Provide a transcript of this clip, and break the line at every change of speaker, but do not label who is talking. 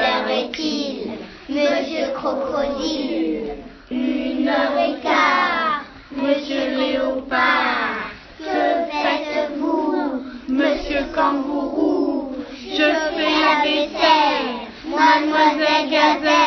paraît-il, Monsieur Crocodile. Une heure et quart, Monsieur Léopard. Que faites-vous, Monsieur Kangourou Je fais la vaisselle, Mademoiselle Gazelle.